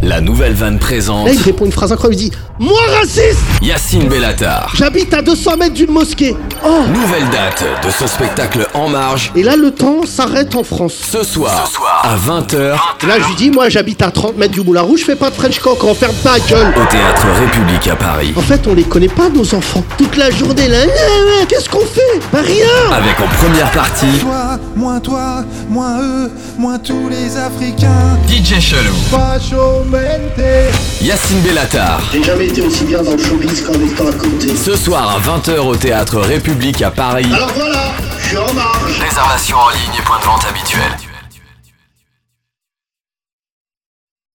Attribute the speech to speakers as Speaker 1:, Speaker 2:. Speaker 1: La nouvelle vanne présente
Speaker 2: Là, il répond une phrase incroyable. Il dit Moi raciste
Speaker 1: Yacine Bellatar.
Speaker 2: J'habite à 200 mètres d'une mosquée. Oh
Speaker 1: Nouvelle date de son spectacle En Marge
Speaker 2: Et là, le temps s'arrête en France.
Speaker 1: ce soir, à 20h
Speaker 2: Et là, je lui dis Moi, j'habite à 30 mètres du Moulin Rouge, je fais pas de French Cock, ferme ta gueule.
Speaker 1: au Théâtre République à Paris.
Speaker 2: En fait, on les connaît pas, nos enfants. Toute la journée, là, Eh, eh, qu'est-ce qu'on fait Bah, rien
Speaker 1: Avec en première partie
Speaker 3: Toi, moins toi, moins eux, moins tous les Africains.
Speaker 1: DJ Chelou,
Speaker 3: Facho Mente.
Speaker 1: Yacine Bellatar.
Speaker 4: J'ai jamais été aussi bien dans le showbiz qu'en étant à côté.
Speaker 1: Ce soir à 20h au Théâtre République à Paris.
Speaker 4: Alors voilà, je suis en marge.
Speaker 1: Réservation en ligne et point de vente habituel.